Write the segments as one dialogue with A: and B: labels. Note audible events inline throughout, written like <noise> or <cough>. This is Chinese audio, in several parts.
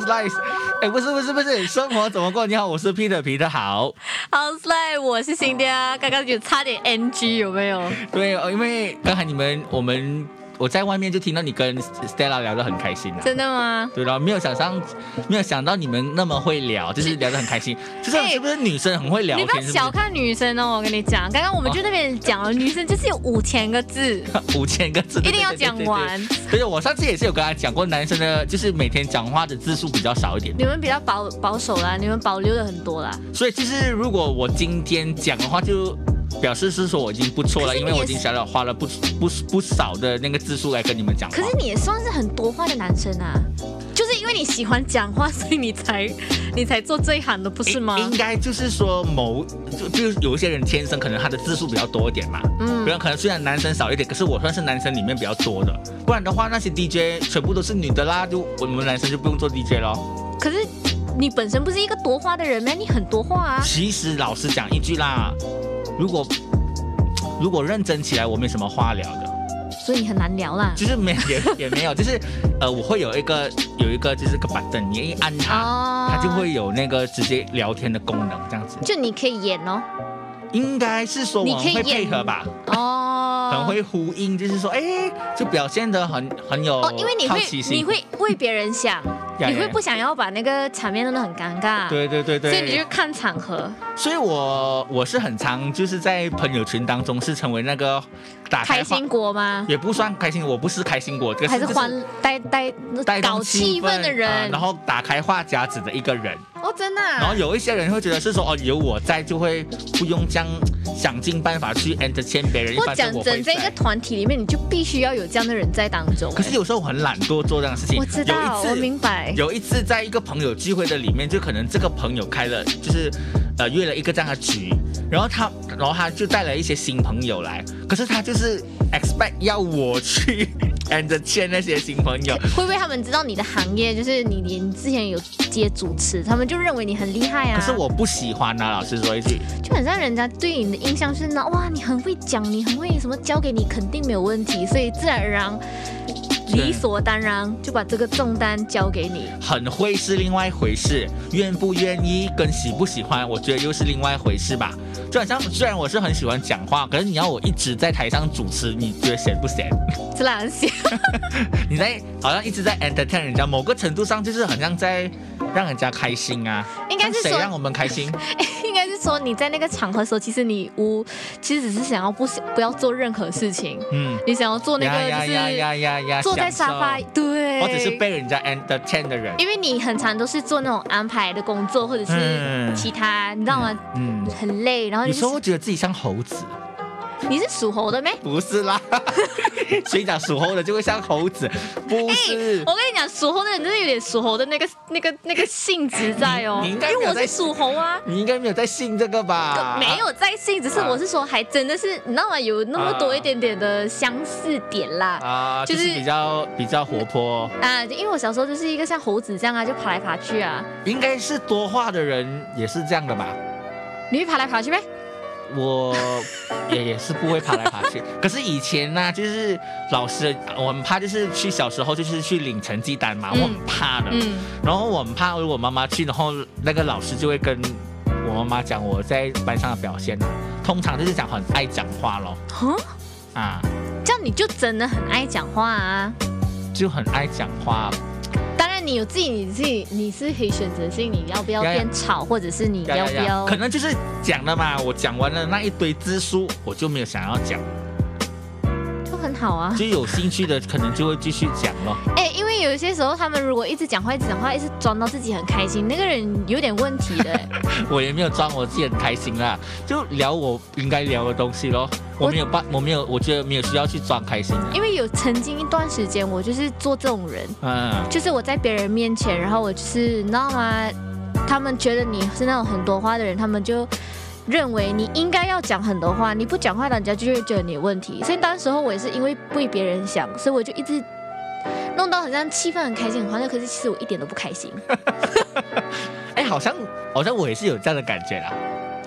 A: Slice，哎、不是不是不是，生活怎么过？你好，我是 Peter 皮特好。
B: 好帅，我是新爹啊，刚刚有差点 NG 有没有？
A: 对，呃因为刚才你们我们我在外面就听到你跟 Stella 聊得很开心啊。
B: 真的吗？
A: 对了，没有想上，没有想到你们那么会聊，就是聊得很开心。就是
B: 哎
A: 是不是女生很会聊
B: 你
A: 天
B: 不要？
A: 是
B: 小
A: 不
B: 看女生哦，我跟你讲，刚刚我们就那边讲了，女生就是有五千个
A: <laughs>
B: 字，
A: 是？ <laughs> 五千个字
B: 一定要讲。
A: 对对对对对
B: 完。
A: 所以我上次也是有跟他讲过，男生的就是每天讲话的字数比较少一点。
B: 你们比较保保守啦，你们保留的很多啦。
A: 所以其实如果我今天讲的话，就表示是说我已经不错
B: 可
A: 了，
B: 是
A: 因
B: 你
A: 为
B: 也
A: 我已经
B: 是
A: 想了花了不不不少的那个字数来跟你们讲话
B: 可。是你也算是很多话的男生啊，就是因为你喜欢讲话，所以你才 <laughs> 你才做这一行的，不是吗？
A: 应应该就是说某就就有一些人天生可能他的字数比较多一点嘛，
B: 嗯
A: 不然可能虽然男生少一点，可是我算是男生里面比较多的，不然的话那些 DJ 全部都是女的啦，就我们男生就不用做 DJ 咯。
B: 可是你本身不是一个多话的人吗？你很多话啊。
A: 其实老实讲一句啦，如果如果认真起来，我没什么话聊的。
B: 所以你很难聊啦。
A: 就是没也也没有，就是呃，我会有一个有一个就是个板凳，你一按它，
B: 哦
A: 它就，会有那个直接聊天的功能，这样子。
B: 就你可以演哦。
A: 应该是说我
B: 你
A: 们
B: 可以
A: 会配
B: 演
A: 合吧，
B: 哦，
A: 很会呼应，就是说，哎，就表现得很很有
B: 哦，因为你
A: 好
B: 会
A: 奇心，
B: 你会为别人
A: <laughs>
B: 想，
A: 呀
B: 你会
A: 呀
B: 不想要把那个场面弄得很尴尬，，
A: 对对对对，啊
B: 所以你就看场合，
A: 所以我我是很常就是在朋友群当中是成为那个打开
B: 开
A: 话
B: 心果吗？
A: 也不算开心，我不是开心果，这个
B: 还是
A: 就
B: 欢带带
A: 带动
B: 搞气氛的人，
A: 啊然后打开话匣子的一个人。
B: 哦，真的 <laughs>
A: 然
B: 啊、
A: 后有一些人会觉得是说哦，有我在就会不用这样想尽办法去 entertain 别人，一
B: 我
A: 般
B: 讲
A: 是我会
B: 真，在一个
A: 在。
B: 团体里面，你就必须要有这样的人在当中。
A: 可是有时候我很懒惰做这样的事情。
B: 我知道，我
A: 有一次，
B: 明白。
A: 有一次在一个朋友聚会的里面，就可能这个朋友开了，就是呃约了一个这样的局，然后他，然后他就带了一些新朋友来，可是他就是 expect 要我去 <laughs> entertain 那些新朋友。
B: 会不会他们知道你的行业，就是你你之前有接主持，他们就认为你很厉害啊？
A: 可是我不喜欢啊，老实说一句，
B: 就很像人家对你的印象是那哇，你很会讲，你很会什么，交给你肯定没有问题，所以自然而然。
A: 对
B: 理所当然就把这个重担交给你，
A: 很会是另外一回事，愿不愿意跟喜不喜欢，我觉得又是另外一回事吧。就好像虽然我是很喜欢讲话，可是你要我一直在台上主持，你觉得闲不闲？
B: 自然而然
A: 你在好像一直在 entertain 人家，某个程度上就是很像在让人家开心啊。
B: 应该是
A: 谁
B: 说
A: 让我们开心？
B: <laughs> 应该是说你在那个场合的时候，其实你无，其实只是想要不不要做任何事情，
A: 嗯，
B: 你想要做那个就是
A: 呀呀
B: 坐在沙发，
A: 享
B: 对，
A: 受我只是被人家 entertain 的人。
B: 因为你很常都是做那种安排的工作或者是
A: 嗯
B: 其他，你知道吗？
A: 嗯，
B: 很累，然后你
A: 有时
B: 是
A: 候会觉得自己像猴子。
B: 你是属猴的咩？
A: 不是啦，谁讲属猴的就会像猴子？不是，
B: 我跟你讲，属猴的人真的有点属猴的那个、那个、那个性质在哦，
A: 你你应该
B: 因
A: 没
B: 为
A: 有
B: 我
A: 在啊
B: 是属猴啊。
A: 你应该没有在信这个吧？
B: 没有在性，只是
A: 啊
B: 我是说，还真的是，你知道吗？有那么多一点点的相似点啦。
A: 啊，
B: 就
A: 就是是比较比较活泼，
B: 啊，因为我小时候就是一个像猴子这样啊，就爬来爬去啊。
A: 应该是多话的人也是这样的吧？
B: 你会爬来爬去呗？
A: 我也也是不会爬来爬
B: <laughs>
A: 去，可是以前呢、就是老师，我很怕就是去小时候就是去领成绩单嘛，
B: 嗯
A: 我很怕的。
B: 嗯，
A: 然后我很怕如果妈妈去，然后那个老师就会跟我妈妈讲我在班上的表现，通常就是讲很爱讲话咯，
B: 哼，
A: 啊，
B: 哦这样你就真的很爱讲话啊。
A: 就很爱讲话，
B: 当然，你有自己你自己你是可以选择性，你要不要
A: 呀呀
B: 变吵，或者是你
A: 呀
B: 要
A: 呀
B: 不
A: 呀
B: 要
A: 可能就是讲了嘛，我讲完了那一堆字数，我就没有想要
B: <laughs>
A: 讲，
B: 就很好啊。
A: 就有兴趣的可能就会继续讲
B: <laughs>
A: 咯。
B: 哎、因为有一些时候，他们如果一直讲话、一直讲话，一直装到自己很开心，那个人有点问题
A: <laughs>
B: 的。
A: 我也没有装我自己很开心啦，就聊我应该聊的东西咯。我
B: 我
A: 没有办，我没有，我觉得没有需要去装开心啊的。
B: 因为有曾经一段时间，我就是做这种人，
A: 嗯，
B: 就是我在别人面前，然后我就是，你知道吗？他们觉得你是那种很多话的人，他们就认为你应该要讲很多话，你不讲话，人家就会觉得你有问题。所以当时候我也是因为为别人想，所以我就一直弄到好像气氛很开心、很欢乐，可是其实我一点都不开心。
A: 哎，好像好像我也是有这样的感觉啦。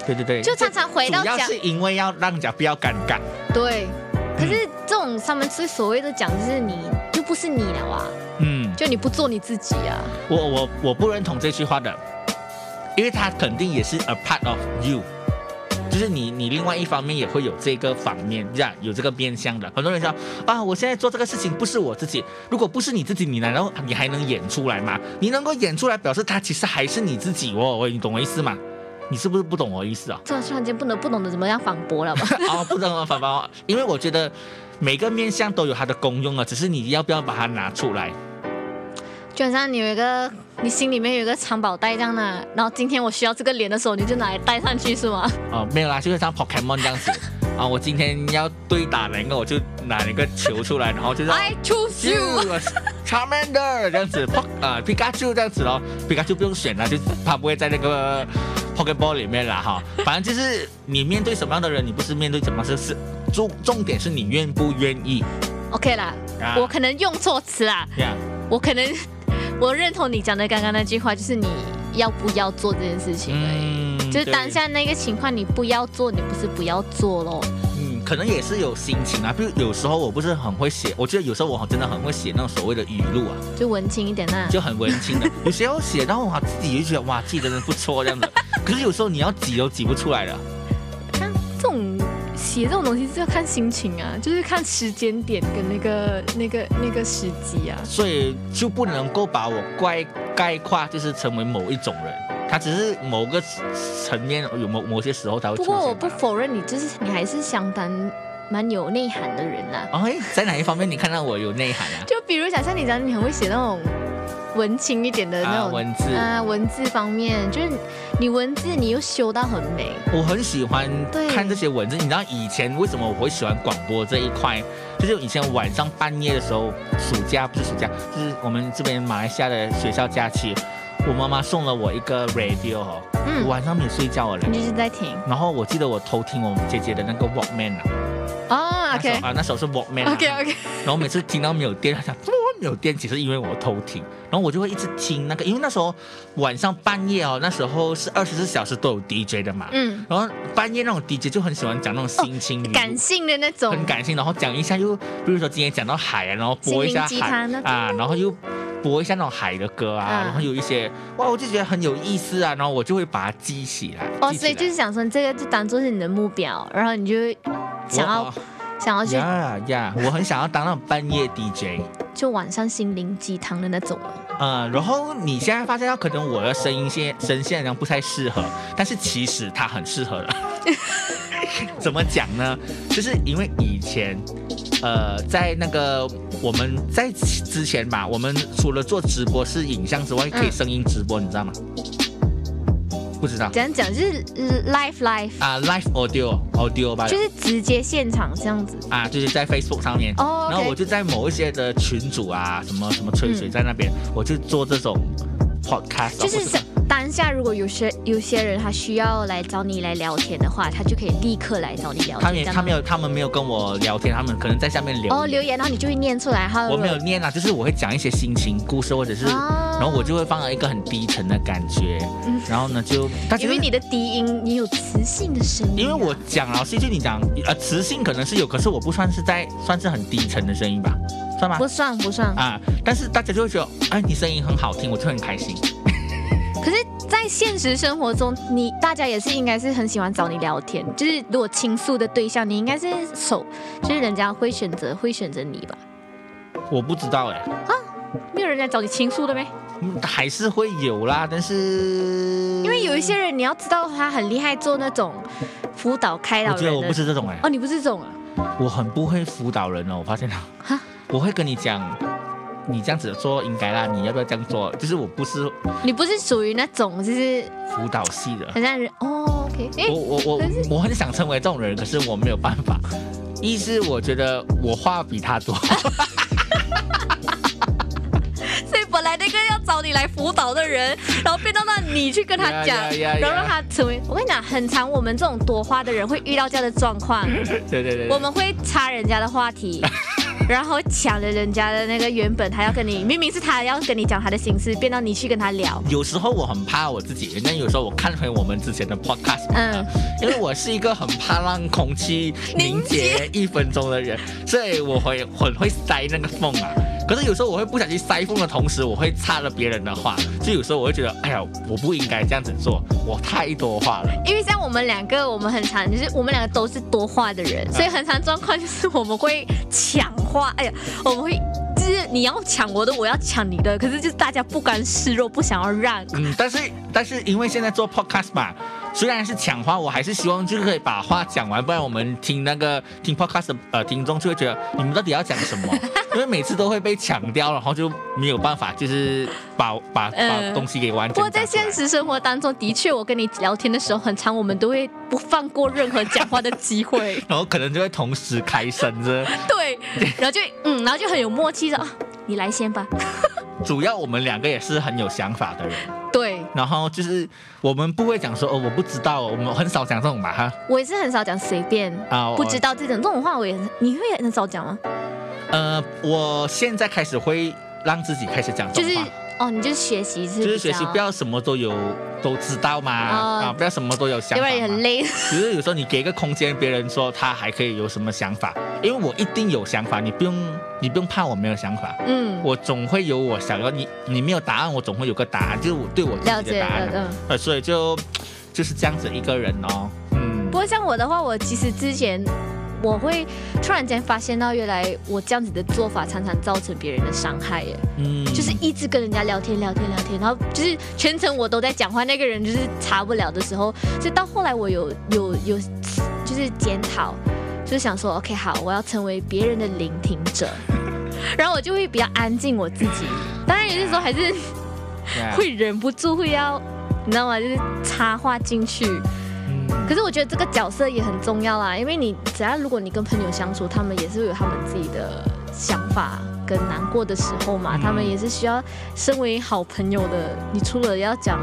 A: 对对对，
B: 就常常回到
A: 主要
B: 家，
A: 是因为要让人家不要尴尬。
B: 对。可是这种他们是所谓的讲，就是你就不是你了啊。
A: 嗯，
B: 就你不做你自己啊。
A: 我我我不认同这句话的，因为它肯定也是 a part of you，就是你你另外一方面也会有这个方面，这样有这个变相的。很多人说啊，我现在做这个事情不是我自己，如果不是你自己，你难道你还能演出来吗？你能够演出来，表示它其实还是你自己哦，我你懂我意思吗？你是不是不懂我意思啊、
B: 这突然间不能不懂得怎么样反驳了吧？
A: <laughs> 哦，不懂啊，宝宝，因为我觉得每个面相都有它的功用啊，只是你要不要把它拿出来。
B: 就好像你有一个，你心里面有一个藏宝袋这样的，然后今天我需要这个脸的时候，你就拿来戴上去是吗？
A: 哦，没有啦，就是像 Pokemon 这样子啊。我今天要对打哪个，我就拿一个球出来，然后就让
B: I choose you。
A: Charmander 这样子，Pok 啊 Pikachu 这样子咯，Pikachu 不用选啦，就他不会在那个 Pokeball 里面啦哈。反正就是你面对什么样的人，你不是面对什么事，是重重点是你愿不愿意
B: OK 啦，
A: 啊。
B: 我可能用错词啦，
A: 这样
B: 我可能我认同你讲的刚刚那句话，就是你要不要做这件事情而已。
A: 嗯，
B: 就是
A: 对
B: 当下那个情况，你不要做，你不是不要做咯。
A: 嗯，可能也是有心情啊。比如有时候我不是很会写，我觉得有时候我真的很会写那种所谓的语录啊。
B: 就文青一点啊啦、
A: 就很文青的。 <laughs> 有时候写到哇，自己就觉得哇，自己真的不错这样 <laughs> 子。可是有时候你要挤都挤不出来了。
B: 看这种写这种东西是要看心情啊，就是看时间点跟那个那个那个时机啊。
A: 所以就不能够把我概概括就是成为某一种人，他只是某个层面有某某些时候才会出
B: 不
A: 现吧。
B: 过我不否认你，就是你还是相当蛮有内涵的人啦、
A: 哎，在哪一方面你看到我有内涵啊？
B: 就比如假设你讲你很会写那种文青一点的那
A: 啊，
B: 种
A: 文字，
B: 啊文字方面，就是你文字你又修到很美，
A: 我很喜欢
B: 对
A: 看这些文字。你知道以前为什么我会喜欢广播这一块？就是以前晚上半夜的时候，暑假不是暑假，就是我们这边马来西亚的学校假期，我妈妈送了我一个 radio 哦，
B: 嗯
A: 我晚上没有睡觉了嘞
B: 你。就是在听
A: 然后我记得我偷听我姐姐的那个 Walkman 啊
B: 哦
A: 那时
B: ，OK
A: 候啊那时候是 Walkman 啊
B: OK OK，
A: 然后每次听到没有电，他想怎么会没有电？其实因为我偷听，然后我就会一直听那个，因为那时候晚上半夜哦，那时候是二十四小时都有 DJ 的嘛，
B: 嗯，
A: 然后半夜那种 DJ 就很喜欢讲那种心情语录、
B: 哦 <laughs> 感性的那种
A: 很感性，然后讲一下又，比如说今天讲到海啊，然后播一下
B: 心灵鸡
A: 海
B: 汤那种
A: 啊，然后又播一下那种海的歌啊，
B: 啊
A: 然后有一些哇，我就觉得很有意思啊，然后我就会把它记起来。
B: 哦，
A: 记起
B: 所以就是
A: 来
B: 想说，你这个就当做是你的目标，然后你就想要想要
A: 我
B: 去
A: 呀呀，我很想要当那种半夜 DJ。
B: 就晚上心灵鸡汤的那种。
A: 呃，然后你现在发现到可能我的声音线声线好像不太适合，但是其实它很适合
B: <laughs>
A: 的。怎么讲呢？就是因为以前，呃，在那个我们在之前吧，我们除了做直播是影像之外，可以
B: 嗯
A: 声音直播，你知道吗？不知道
B: 怎样讲？就是 live live，
A: 啊、l i v e audio audio 吧，
B: 就是直接现场这样子。
A: 啊，就是在 Facebook 上面。
B: 哦，OK
A: 然后我就在某一些的群组啊，什么什么吹水
B: 嗯
A: 在那边，我就做这种 podcast，啊
B: 就是
A: 或者
B: 想当下，如果有些有些人他需要来找你来聊天的话，他就可以立刻来找你聊
A: 他
B: 天。
A: 们
B: 这样
A: 他没有他们没有跟我聊天，他们可能在下面留言。
B: 啊哦留言，然后你就会念出来。哈，
A: 我没有念啊，就是我会讲一些心情故事，或者是，
B: 啊
A: 然后我就会放到一个很低沉的感觉，
B: 嗯
A: 然后
B: <laughs>
A: 呢就，但是
B: 因为你的低音，你有磁性的声音啊、
A: 因为我讲老师就你讲，呃，磁性可能是有，可是我不算是在算是很低沉的声音吧，算吗？
B: 不算不算，
A: 啊，但是大家就会觉得，哎，你声音很好听，我就很开心。
B: 可是，在现实生活中，你大家也是应该是很喜欢找你聊天，就是如果倾诉的对象，你应该是手，就是人家会选择会选择你吧？
A: 我不知道哎、
B: 没有人来找你倾诉的呗？
A: 嗯还是会有啦，但是
B: 因为有一些人，你要知道他很厉害，做那种辅导开导
A: 我觉得
B: 人
A: 我不
B: 的。
A: 是这种哎、
B: 哦，你不是这种啊？
A: 我很不会辅导人哦，我发现了
B: 哈，
A: 我会跟你讲，你这样子做应该啦，你要不要这样做？就是我不是
B: 你不是属于那种就是
A: 辅导系的，
B: 很像人哦，OK，哎
A: 我，我我
B: 可是
A: 我很想成为这种人，可是我没有办法。一是我觉得我话比他多， <laughs>
B: 所以本来那个要找你来辅导的人，然后变到那你去跟他
A: 呀
B: 讲
A: 呀呀呀
B: 然后让他成为。我跟你讲，很常我们这种多花的人会遇到这样的状况。
A: 对对对
B: 我
A: 对，
B: 们会插人家的话题，然后抢了人家的那个原本他要跟你，明明是他要跟你讲他的心事，变到你去跟他聊。
A: 有时候我很怕我自己，那有时候我看回我们之前的 podcast，
B: 嗯，
A: 因为我是一个很怕让空气凝结一分钟的人，所以我会很会塞那个缝啊。可是有时候我会不小心塞缝的同时，我会插了别人的话，就有时候我会觉得，哎呀，我不应该这样子做，我太多话了。
B: 因为像我们两个，我们很常就是我们两个都是多话的
A: 嗯
B: 人，所以很常状况就是我们会抢话，哎呀，我们会就是你要抢我的，我要抢你的，可是就是大家不甘示弱，不想要让。
A: 嗯，但是但是因为现在做 podcast 嘛，虽然是抢话，我还是希望就是可以把话讲完，不然我们听那个听 podcast 的呃听众就会觉得你们到底要讲什么，
B: <laughs>
A: 因为每次都会被抢掉，然后就没有办法就是把把把
B: 嗯
A: 东西给完整。，
B: 不过在现，实生活当中，的确我跟你聊天的时候，很常我们都会不放过任何讲话的机会
A: <laughs> 然后可能就会同时开声这。
B: 对，然后就嗯，然后就很有默契的啊，你来先吧，
A: 主要我们两个也是很有想法的人，
B: 对。
A: 然后就是我们不会讲说哦我不知道哦，我们很少讲这种吧哈
B: 我也是很少讲随便，
A: 啊，我
B: 不知道这种这种话，我也很你会很少讲吗？
A: 呃，我现在开始会让自己开始讲这
B: 就
A: 种
B: 是
A: 话。
B: 哦，你就是学习是
A: 就是
B: 比
A: 学习
B: 较
A: 不要什么都有都知道嘛，
B: 哦
A: 啊，不要什么都有想
B: 要不
A: 法
B: 然也
A: 嘛
B: 很。累。
A: 就是有时候你给一个空间，别人说他还可以有什么想法，因为我一定有想法，你不用你不用怕我没有想法，
B: 嗯，
A: 我总会有我想要你你没有答案，我总会有个答案，就是我对我
B: 了
A: 自己的
B: 解
A: 答
B: 了
A: 案。
B: 嗯。
A: 呃，所以就就是这样子一个人哦，嗯
B: 不，过像我的话，我其实之前我会突然间发现到，原来我这样子的做法常常造成别人的伤害耶。
A: 嗯，
B: 就是一直跟人家聊天聊天聊天，然后就是全程我都在讲话，那个人就是查不了的时候，所以到后来我有有有就是检讨，就是想说 OK 好，我要成为别人的聆听者，
A: <laughs>
B: 然后我就会比较安静我自己。当然有些时候还是
A: 对啊，
B: 会忍不住会要，你知道吗？就是插话进去。
A: 嗯
B: 可是我觉得这个角色也很重要啦，因为你只要如果你跟朋友相处，他们也是会有他们自己的想法跟难过的时候嘛，
A: 嗯
B: 他们也是需要身为好朋友的，你除了要讲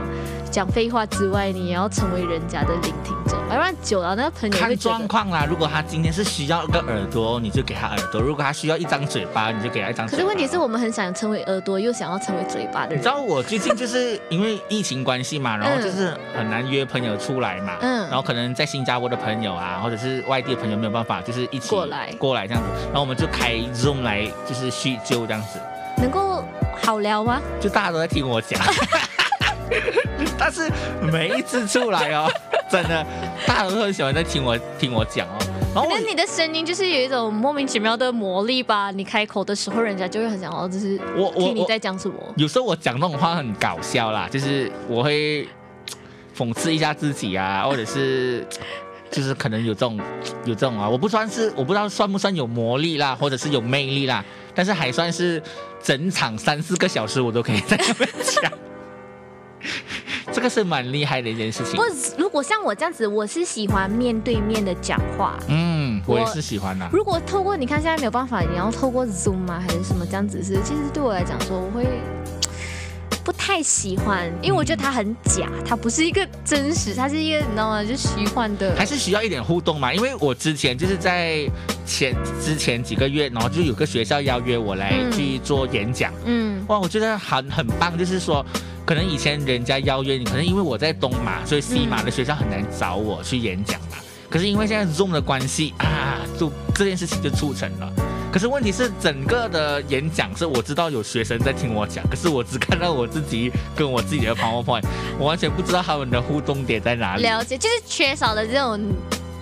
B: 讲废话之外，你也要成为人家的聆听者，哎要不然久了那个朋友
A: 看
B: 会觉
A: 状
B: 得。
A: 况啦，如果他今天是需要一个耳朵，你就给他耳朵；如果他需要一张嘴巴，你就给他一张
B: 可
A: 嘴巴。
B: 是问题是我们很想成为耳朵，又想要成为嘴巴的
A: 你
B: 人
A: 知。道我最近就是因为疫情关系嘛，然后就是很难约朋友出来嘛，
B: 嗯
A: 然后可能在新加坡的朋友啊，或者是外地的朋友没有办法，就是一起
B: 过来
A: 过来这样子，然后我们就开 Zoom 来就是叙旧这样子，
B: 能够好聊吗？
A: 就大家都在听我讲， <laughs> 但是每一次出来哦，真的大家都很喜欢在听我听我讲哦，然后
B: 可
A: 我
B: 是哎你的声音就是有一种莫名其妙的魔力吧？你开口的时候，人家就会很想要，就是
A: 我我
B: 听你
A: 我
B: 在讲什么。
A: 有时候我讲那种话很搞笑啦，就是我会讽刺一下自己啊，或者是就是可能有这种有这种啊，我不算是我不知道算不算有魔力啦，或者是有魅力啦，但是还算是整场三四个小时我都可以在那边讲，这个是蛮厉害的一件事情
B: 不。，如果像我这样子，我是喜欢面对面的讲话。
A: 嗯，我也是喜欢啦。
B: 如果透过你看现在没有办法，你要透过 Zoom 啊还是什么这样子是，其实对我来讲说，我会不太喜欢，因为我觉得它很假，它不是一个真实，它是一个你知道吗？就是虚幻的。
A: 还是需要一点互动嘛，因为我之前就是在前之前几个月，然后就有个学校邀约我来
B: 嗯
A: 去做演讲，
B: 嗯
A: 哇，我觉得很很棒，就是说，可能以前人家邀约你，可能因为我在东马，所以西马的学校很难找我去演讲嘛。可是因为现在 Zoom 的关系啊，就这件事情就促成了。可是问题是，整个的演讲是我知道有学生在听我讲，可是我只看到我自己跟我自己的 PowerPoint，我完全不知道他们的互动点在哪里。
B: 了解，就是缺少了这种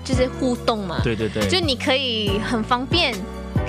B: 就是互动嘛。
A: 对对对，
B: 就你可以很方便，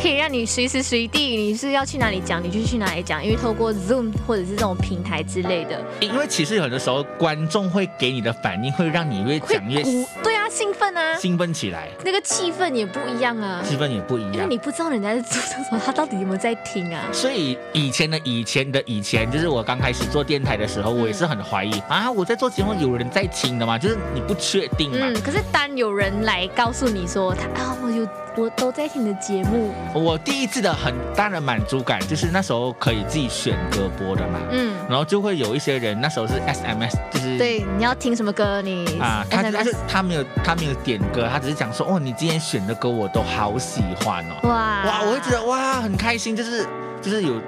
B: 可以让你随时随地，你是要去哪里讲你就去哪里讲，因为透过 Zoom 或者是这种平台之类的，
A: 因为其实有的时候观众会给你的反应，会让你越
B: 会
A: 讲越
B: 鼓对啊，兴奋啊，
A: 兴奋起来，
B: 那个气氛也不一样啊，
A: 气氛也不一
B: 因为
A: 样。
B: 你不知道人家在做什么，他到底有没有在听啊。
A: 所以以前的以前的以前，就是我刚开始做电台的时候，我也是很怀
B: 嗯
A: 疑啊，我在做节目有人在听的吗？就是你不确定嘛
B: 嗯。，可是当有人来告诉你说他啊，我有我都在听你的节目，
A: 我第一次的很大的满足感，就是那时候可以自己选歌播的嘛，
B: 嗯，
A: 然后就会有一些人那时候是 SMS，就是
B: 对，你要听什么歌，你
A: 啊，他他
B: SMS
A: 就他没有他没有点歌，他只是讲说哦，你今天选的歌我都好喜欢哦，
B: 哇
A: 哇，我会觉得哇很开心，就是就是有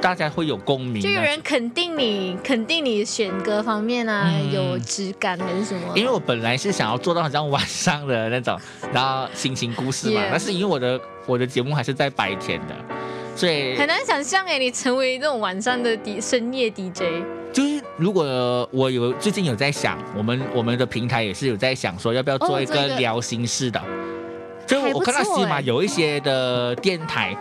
A: 大家会有共鸣，啊
B: 就有人肯定你，肯定你选歌方面啊、
A: 嗯
B: 有质感还是什么，
A: 因为我本来是想要做到很像晚上的那种，然后心情故事嘛
B: Yeah.，
A: 但是因为我的我的节目还是在白天的，所以
B: 很难想象哎，你成为那种晚上的 D 深夜 DJ，
A: 就是如果我有最近有在想，我们我们的平台也是有在想说要不要做一
B: 哦做一
A: 个
B: 个
A: 聊心事的，就
B: 还
A: 是
B: 不
A: 我看到
B: 错
A: 西马
B: 哎
A: 有一些的电台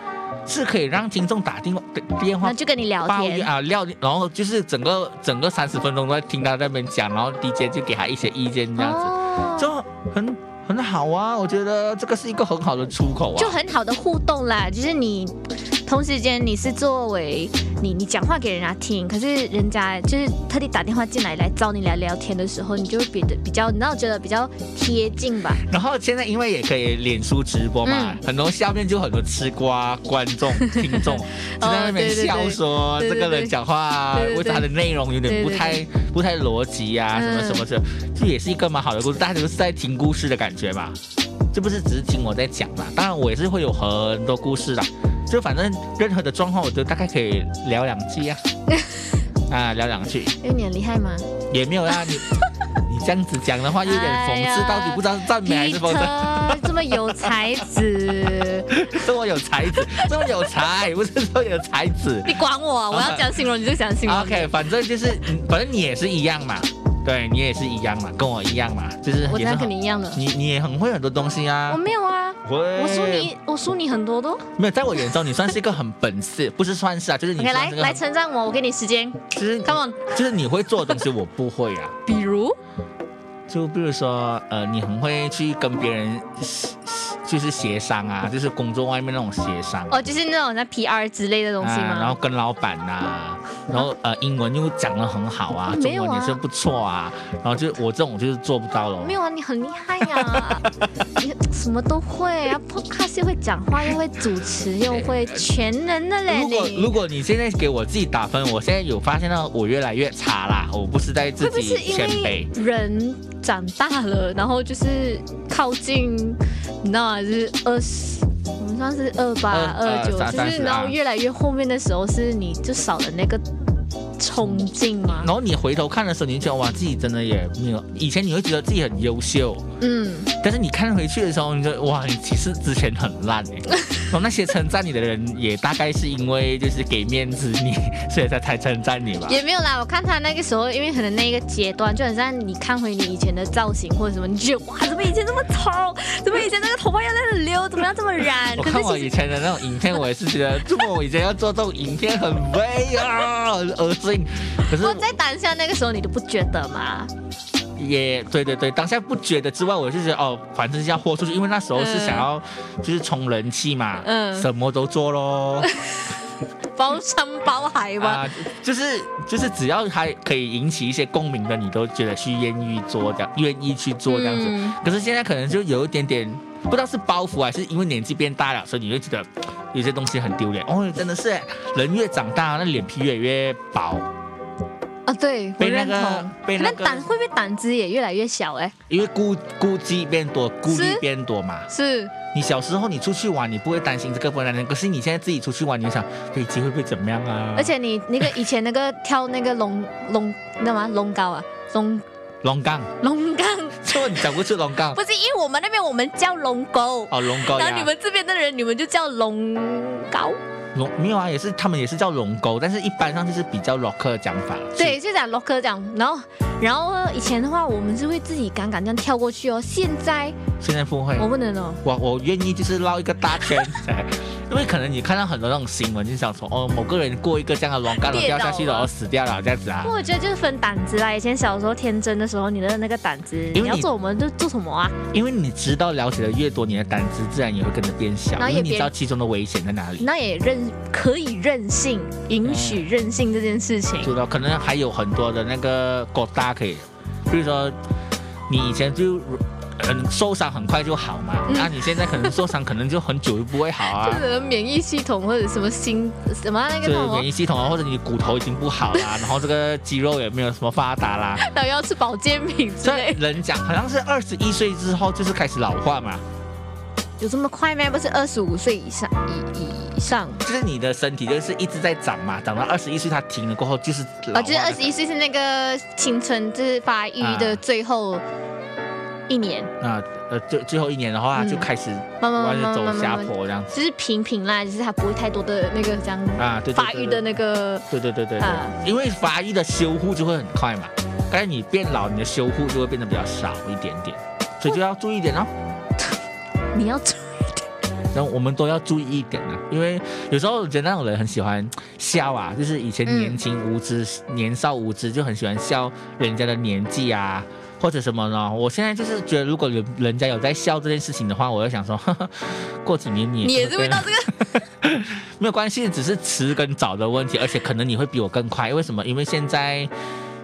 A: 是可以让听众打电话电话
B: 那就跟你聊
A: 抱怨
B: 天，
A: 啊料，然后就是整个整个三十分钟都在听他在那边讲，然后 DJ 就给他一些意见这样子，
B: 哦
A: 就很很好啊，我觉得这个是一个很好的出口啊
B: 就。很好的互动啦。就是你同时间你是作为你你讲话给人家听，可是人家就是特地打电话进来来找你来聊天的时候，你就会比得比较，你让我觉得比较贴近吧。
A: 然后现在因为也可以脸书直播
B: 嗯
A: 嘛，很多下面就很多吃瓜观众听
B: <laughs>
A: 众就在那边
B: 对对对
A: 笑说
B: 对
A: 这
B: 对
A: 个人讲话
B: 哦对对对
A: 为啥的内容有点不
B: 对对对
A: 太不太逻辑啊，什么
B: 嗯
A: 什么的，这也是一个蛮好的故事，大家都是在听故事的感觉嘛，这不是只是听我在讲嘛，当然我也是会有很多故事啦，就反正任何的状况我都大概可以聊两
B: <laughs>
A: 句啊，啊聊两句
B: 因为你很厉害吗？
A: 也没有
B: <laughs>
A: 让你你这样子讲的话有点讽
B: 哎
A: 刺，
B: 呀
A: 到底不知道是赞美还是讽
B: 哎
A: 刺。
B: Peter 这么有才子，
A: <laughs> 这么有才子，这么有才，不是说有才
B: <laughs>
A: 子。
B: 你管我啊？我要讲形容你就讲形容。
A: 啊 OK，反正就是，嗯反正你也是一样嘛，对你也是一样嘛，跟我一样嘛，就是
B: 我
A: 也是
B: 才跟
A: 很
B: 你一样的。
A: 你你也很会很多东西啊
B: 我。没有啊，
A: 会，
B: 我
A: 我
B: 输你，我输你很多都。
A: 没有，在我眼中你算是一个很本事，不是算是啊，就是你
B: OK，来
A: 算是一个嗯
B: 来
A: 很
B: 称赞我，我给你时间。
A: 就是你
B: Come on，
A: 就是你会做的东西我不会啊，
B: 比如
A: 就比如说呃，你很会去跟别人就是协商啊，就是工作外面那种协商。
B: 哦，就是那种像 PR 之类的东西
A: 啊然后
B: 吗？
A: 跟老板呐、然后呃，英文又讲得很好啊，中
B: 没有啊
A: 文也是不错啊，然后就我这种就是做不到咯。
B: 没有啊，你很厉害呀、 <laughs> 你什么都会啊，Podcast 又会讲话，又会主持，又会全能的嘞
A: 哎如果
B: 你。
A: 如果你现在给我自己打分，我现在有发现到我越来越差啦，我不是在自
B: 会不会
A: 己
B: 是因
A: 谦
B: 为
A: 卑。
B: 人长大了，然后就是靠近，你知道吗？就是二十，我们算是二八、
A: 二
B: 二九，
A: 三
B: 就是
A: 30
B: 然后
A: 啊
B: 越来越后面的时候，是你就少了那个冲劲嘛
A: 然。后你回头看的时候，你就觉得哇，自己真的也没有。以前你会觉得自己很优秀，
B: 嗯，
A: 但是你看回去的时候，你就哇，你其实之前很烂
B: <laughs>
A: 哎、然后那些称赞你的人，也大概是因为就是给面子你，所以才才称赞你吧。
B: 也没有啦。我看他那个时候，因为可能那一个阶段，就很像你看回你以前的造型或者什么，你觉得哇，怎么以前这么丑？ <laughs> 怎么以前那个头发要那里留？怎么要这么染？
A: 我
B: 可
A: 看
B: 是
A: 我
B: 其
A: 以
B: 实
A: 前的那种影片，我也是觉得，这么我以前要做这种影片很悲啊，很恶心。可是
B: 我在当下那个时候，你都不觉得
A: <laughs>
B: 吗？
A: 也对对对，当下不觉得之外，我就觉得哦，反正是要豁出去，因为那时候是想要就是冲人气嘛，
B: 嗯
A: 什么都做咯，
B: 包山包海吧。
A: 啊，就是就是只要还可以引起一些共鸣的，你都觉得去愿意做这样，愿意去做这样子。
B: 嗯
A: 可是现在可能就有一点点，不知道是包袱还是因为年纪变大了，所以你会觉得有些东西很丢脸。哦，真的是耶，人越长大，那脸皮越来越薄，
B: 啊，对，我
A: 被那
B: 认
A: 个
B: 同。
A: 被那
B: 那
A: 个，
B: 胆会不会胆子也越来越小、欸？
A: 因为顾顾忌变多，顾虑
B: 是
A: 变多嘛。
B: 是，
A: 你小时候你出去玩，你不会担心这个不会担心那个，可是你现在自己出去玩，你就想飞机会不会怎么样啊？
B: 而且你那个以前那个跳那个龙龙，你知道吗？龙高啊，龙
A: 龙岗， <laughs>
B: 龙
A: 哦
B: 岗，
A: 就你讲不出龙岗
B: 不是，因为我们那边我们叫龙沟，
A: 哦，龙沟
B: 然后
A: 呀
B: 你，们这边的人你们就叫龙高，
A: 龙没有啊，也是他们也是叫龙沟，但是一般上就是比较 rock 的讲法。
B: 对，就讲 locker 这样。然后，然后以前的话，我们是会自己敢敢这样跳过去哦。现在
A: 现在不会。
B: 我不能哦。
A: 我我愿意就是绕一个大圈， <laughs> 因为可能你看到很多那种新闻，就想说哦，某个人过一个这样的栏杆，然后掉下去了，然后死掉了这样子啊
B: 不。过我觉得就是分胆子啦。以前小时候天真的时候，你的那个胆子，
A: 为
B: 你要
A: 你
B: 做我们就做什么啊？
A: 因为你知道了解的越多，你的胆子自然也会跟着变小，
B: 然后
A: 因
B: 也
A: 为你知道其中的危险在哪里。
B: 那也任可以任性，允许任性这件事情。
A: 知道可能还有很多的那个狗搭可以，比如说你以前就嗯受伤很快就好嘛，
B: 嗯
A: 那、你现在可能受伤可能就很久就不会好
B: 就
A: 啊
B: 是。可能免疫系统或者什么心什么那个
A: 就
B: 什
A: 是
B: 么
A: 免疫，系统啊，或者你骨头已经不好
B: <laughs>
A: 啦，然后这个肌肉也没有什么发达啦，
B: 然后 <laughs> 要吃保健品之
A: 所
B: 类
A: 以，人讲好像是二十一岁之后就是开始老化嘛，
B: 有这么快吗？不是二十五岁以上以以上
A: 就是你的身体就是一直在长嘛，长到二十一岁它停了过后就是老化
B: 哦，就是二十一岁是那个青春就是发育的
A: 啊
B: 最后一年，
A: 啊，呃最最后一年的话，
B: 嗯
A: 就开始
B: 慢慢
A: 慢
B: 慢
A: 慢
B: 慢
A: 走
B: 慢慢
A: 下
B: 慢，
A: 坡这样子
B: 就是平平啦，就是它不会太多的那个这样
A: 啊，对对
B: 发
A: 对
B: 育
A: 对
B: 的那个，
A: 对对对对
B: 啊
A: 对，因为发育的修护就会很快嘛，但是你变老，你的修护就会变得比较少一点点，所以就要注意一点哦。
B: 你要注
A: 然后我们都要注意一点啊，因为有时候人那种人很喜欢笑啊，就是以前
B: 嗯
A: 年轻无知、年少无知就很喜欢笑人家的年纪啊，或者什么呢？我现在就是觉得，如果有人家有在笑这件事情的话，我 <laughs> 就想说，呵呵过几年你
B: 你也是
A: 会
B: 会
A: 跟
B: 到这个，
A: 没有关系，只是迟跟早的问题，而且可能你会比我更快。为什么？因为现在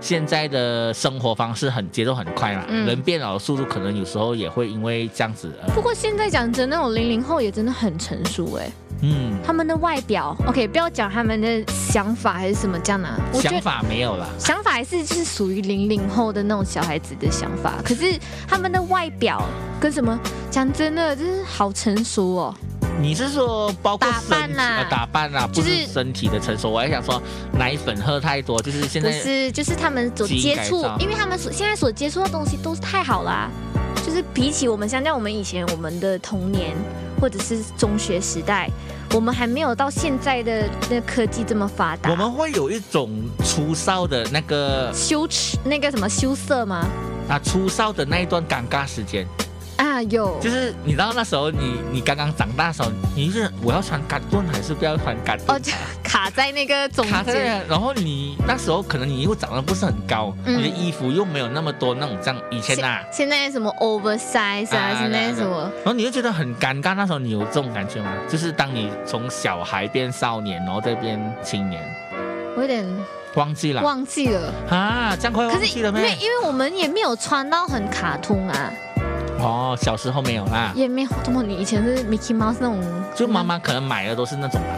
A: 现在的生活方式很节奏很快嘛，
B: 嗯
A: 人变老的速度可能有时候也会因为这样子，呃、
B: 不过现在讲真的，那种零零后也真的很成熟哎、
A: 嗯，
B: 他们的外表，OK，不要讲他们的想法还是什么这样啊，我觉
A: 想
B: 得。
A: 法没有啦。
B: 想法还是就是属于零零后的那种小孩子的想法，可是他们的外表跟什么讲真的，就是好成熟哦。
A: 你是说包括
B: 打扮
A: 身
B: 啦
A: 呃打扮啦，
B: 就
A: 不
B: 是
A: 是身体的成熟。我还想说奶粉喝太多，就是现
B: 不
A: 在
B: 是，就是他们所
A: 基因
B: 接
A: 改
B: 触
A: 造，
B: 因为他们所现在所接触的东西都是太好啦、就是比起我们相较我们以前我们的童年或者是中学时代，我们还没有到现在的那科技这么发达。
A: 我们会有一种出少的那个
B: 羞耻那个什么羞涩吗？
A: 啊出少的那一段尴尬时间，
B: 啊，有
A: 就是你知道那时候你你刚刚长大的时候，你是我要穿嘎顿还是不要穿嘎
B: 哦，
A: 顿？
B: 就卡在那个中
A: 卡在那
B: 间。
A: 里，然后你那时候可能你又长得不是很高，
B: 嗯
A: 你的衣服又没有那么多那种像以前呐、啊，
B: 现在什么 oversize 啊，
A: 啊
B: 现在
A: 对啊
B: 什么
A: 然后你就觉得很尴尬。那时候你有这种感觉吗？就是当你从小孩变少年，然后再变青年。
B: 我有点
A: 忘记了
B: 忘记了。
A: 啊，这样快
B: 可
A: 忘
B: 是
A: 记
B: 因
A: 了
B: 为
A: 咩？
B: 因为我们也没有穿到很卡通啊，
A: 哦，小时候没有啦，
B: 也没有。怎么你以前是 Mickey Mouse 那种？
A: 就妈妈可能买的都是那种啦。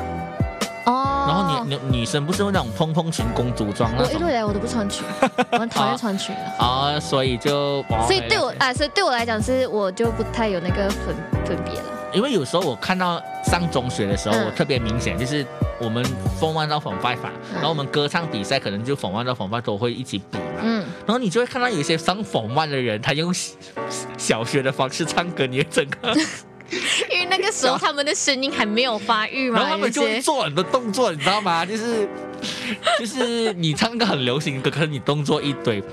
B: 哦。
A: 然后女女女生不是那种蓬蓬裙、公主装那
B: 我哦一路
A: 种
B: 以来我都不穿
A: <laughs>
B: 裙，我很讨厌穿裙的。
A: 哦，所以就哦
B: 所以对我
A: 了解
B: 啊，所以对我来讲是我就不太有那个分分别了。
A: 因为有时候我看到上中学的时候，
B: 嗯
A: 我特别明显，就是我们 form one 到 form five 嘛，
B: 嗯
A: 然后我们歌唱比赛可能就 form one 到 form five 都会一起比嘛，
B: 嗯，
A: 然后你就会看到有一些上 form one 的人，他用小小学的方式唱歌，你会整个
B: 因为那个时候他们的声音还没有发育嘛，
A: 然后他们就
B: 有
A: 会
B: 些
A: 做很多动作，你知道吗？ <laughs> 就是就是你唱一个很流行的歌，可是你动作一堆。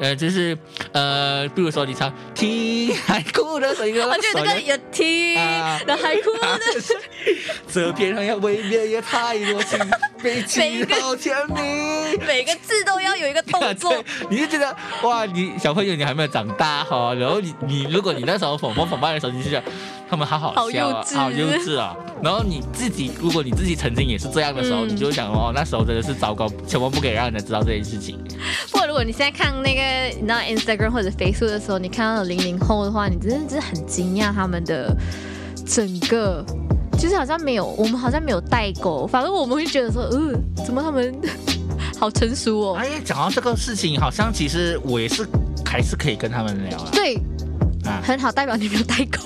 A: 呃，就是呃，比如说你唱《听海哭》的时候，一个
B: 啊，就那个
A: 手
B: 也听，
A: 啊
B: 然后还哭
A: 啊就是
B: <laughs>
A: <laughs> 这片上要为烈也太多情，悲
B: 每一
A: 情
B: 个
A: 好甜蜜。
B: 每个字都要有一个动作
A: <laughs> 对，，你就觉得哇，你小朋友你还没有长大哈、哦，然后你你如果你那时候仿冒仿扮的时候，你就觉得他们好好笑、啊，
B: 好
A: 好
B: 幼
A: 幼
B: 稚
A: 稚啊、然后你自己如果你自己曾经也是这样的时候，
B: 嗯
A: 你就会想哦，那时候真的是糟糕，千万不可以让人家知道这件事情。
B: 或者如果你现在看那个你知道 Instagram 或者 Facebook 的时候，你看到零零后的话，你真的是很惊讶他们的整个，就是好像没有我们好像没有代沟，反而我们会觉得说，嗯、怎么他们 <laughs> 好成熟哦？
A: 哎，讲到这个事情，好像其实我也是还是可以跟他们聊啊，
B: 对，
A: 啊
B: 很好，代表你没有代
A: <laughs>
B: 沟。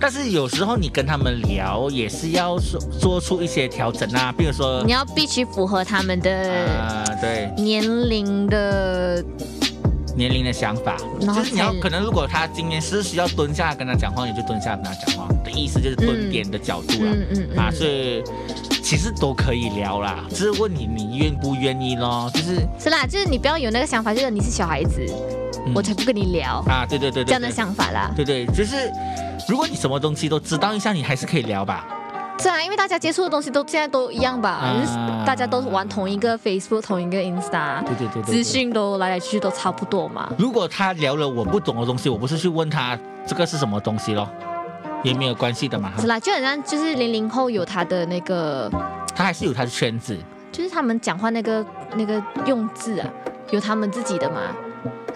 A: 但是有时候你跟他们聊也是要说做出一些调整啊，比如说
B: 你要必须符合他们的
A: 啊、对。
B: 年龄的，
A: 年龄的想法，
B: 然后
A: 就是你要
B: 才
A: 可能如果他今天是需要蹲下来跟他讲话，你就蹲下来跟他讲话的意思就是蹲点的角度啦。
B: 嗯嗯
A: 啊，
B: 嗯，
A: 所以其实都可以聊啦，只是问你你愿不愿意咯，就是、
B: 是啦，就是你不要有那个想法，就是你是小孩子，
A: 嗯
B: 我才不跟你聊
A: 啊，对对对对，
B: 这样的
A: 对
B: 想法啦。
A: 对对，就是如果你什么东西都知道一下，你还是可以聊吧。
B: 是啊，因为大家接触的东西都现在都一样吧，
A: 啊
B: 就是大家都玩同一个 Facebook、同一个 Insta，
A: 对对对对对
B: 资讯都来来去去都差不多嘛。
A: 如果他聊了我不懂的东西，我不是去问他这个是什么东西咯，也没有关系的嘛，哈
B: 是啦，就很像就是零零后有他的那个，
A: 他还是有他的圈子。
B: 就是他们讲话那个那个用字啊，有他们自己的嘛。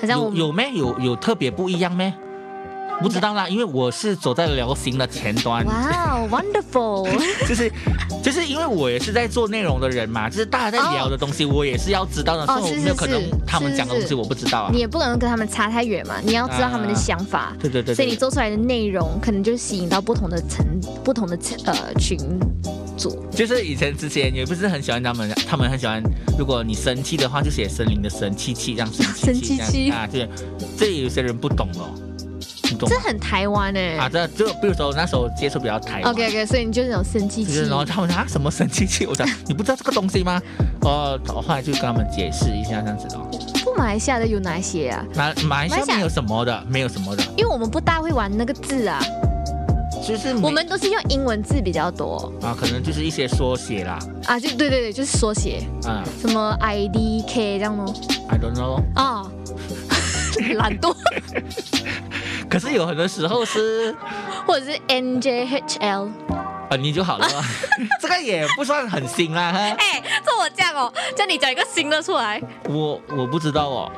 B: 很像我
A: 有
B: 们嗯
A: 有咩？有有特别不一样咩？不知道啦，因为我是走在流行的前端，
B: 哇、w o n d e r f u l
A: <laughs> 就是就是因为我也是在做内容的人嘛，就是大家在聊的东西，我也是要知道的，
B: 哦
A: 所以
B: 是
A: 我没
B: 是
A: 有可能
B: 是
A: 他们
B: 是
A: 讲的东
B: 是
A: 西我不知道啊
B: 你。也不可能跟他们差太远嘛，你要知道他们的
A: 啊
B: 想法。
A: 对对对，
B: 所以你
A: 对
B: 做出来的内容可能就吸引到不同的层、不同的层呃群组。
A: 就是以前之前也不是很喜欢他们，他们很喜欢，如果你生气的话就写森林的神气气这样生
B: <laughs> 生
A: 气
B: 气
A: 气这
B: 气
A: 样啊，对，这有些人不懂哦。你懂吗
B: 这很台湾哎、
A: 啊，这就比如说那时候接触比较台湾
B: OK OK，所以你就是那种生气
A: 就
B: 气
A: 是，然后他们说啊什么神奇器，我讲 <laughs> 你不知道这个东西吗？哦，我后来就跟他们解释一下这样子咯。
B: 不，马来西亚的有哪些啊？
A: 马马来西
B: 马来西亚
A: 亚没有什么的，没有什么的，
B: 因为我们不大会玩那个字啊，
A: 就是没
B: 我们都是用英文字比较多
A: 啊，可能就是一些缩写啦，
B: 啊，就对对对，就是缩写，
A: 啊
B: 什么 IDK 这样咯。
A: ，I don't know 咯。
B: 啊、 <laughs> 哦，懒惰，
A: 可是有很多时
B: <laughs>
A: 候是
B: 或者是 NJHL。
A: 啊，你就
B: <laughs>
A: 好了，这个也不算很新啦。哈
B: 哎、这我这样哦，叫你讲一个新的出来。
A: 我我不知道哦，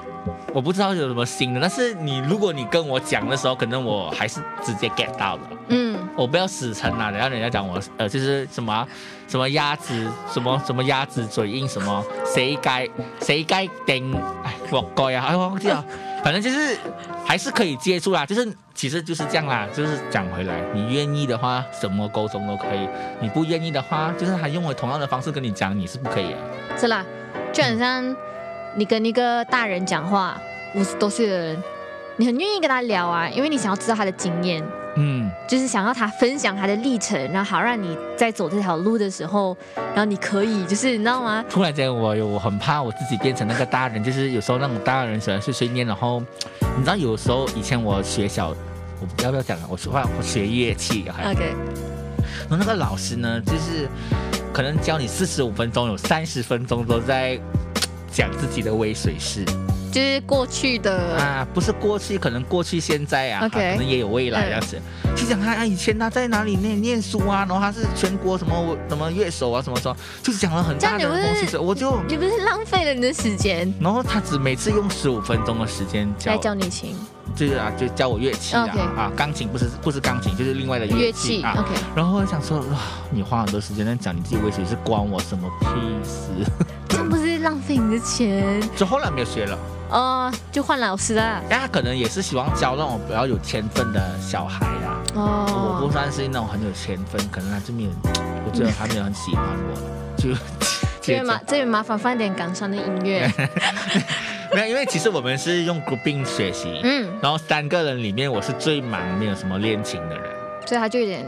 A: 我不知道有什么新的，但是你如果你跟我讲的时候，可能我还是直接 get 到的。
B: 嗯，
A: 我不要死撑啊！等下人家讲我呃，就是什么啊什么鸭子，什么什么鸭子嘴硬，什么谁该谁该顶，哎，我该啊，哎，我忘记了，反正就是还是可以接触啦，就是其实就是这样啦，就是讲回来，你愿意的话，什么沟通都可以；你不愿意的话，就是他用回同样的方式跟你讲，你是不可以的。
B: 是啦，就很像你跟一个大人讲话，五十多岁的人，你很愿意跟他聊啊，因为你想要知道他的经验，
A: 嗯，
B: 就是想要他分享他的历程，然后好让你在走这条路的时候，然后你可以就是你知道吗？
A: 突然间我有我很怕我自己变成那个大人，就是有时候那种大人喜欢碎碎念，然后嗯你知道有时候以前我学小，我要不要讲啊？我学我学啊乐器，然后
B: OK，
A: 那个老师呢，就是可能教你四十五分钟，有三十分钟都在讲自己的微水事
B: 就是过去的，
A: 啊，不是过去，可能过去现在啊
B: OK 嗯
A: 可能也有未来这样子。就讲他啊以前他在哪里念念书啊，然后他是全国什么什么乐手啊，什么什么，就是讲了很大
B: 这
A: 的
B: 样你不是
A: 东西，我就。
B: 你不是浪费了你的时间
A: 然后他只每次用十五分钟的时间教
B: 来，教你琴
A: 就是啊，就教我乐器啊
B: OK
A: 啊，钢琴不是不是钢琴，就是另外的
B: 乐
A: 乐
B: 器嗯
A: 器啊。
B: ？OK，
A: 然后我想说，哇，你花很多时间在讲你自己为谁是关我什么屁事？
B: 这不是浪费你的钱
A: 就后来没有学了，哎
B: 哦，就换老师啦。
A: 但他可能也是希望教那种比较有天分的小孩啦。我
B: 哦
A: 不，算是那种很有天分，可能他就没有，我觉得他没有很喜欢我，
B: <laughs>
A: 就
B: 这
A: 接
B: 边麻
A: 着
B: 这边麻烦放一点港商的音
A: <laughs>
B: 乐。
A: 没有，因为其实我们是用 grouping 学习，
B: 嗯，
A: 然后三个人里面我是最忙没有什么恋情的人。
B: 所以他就有点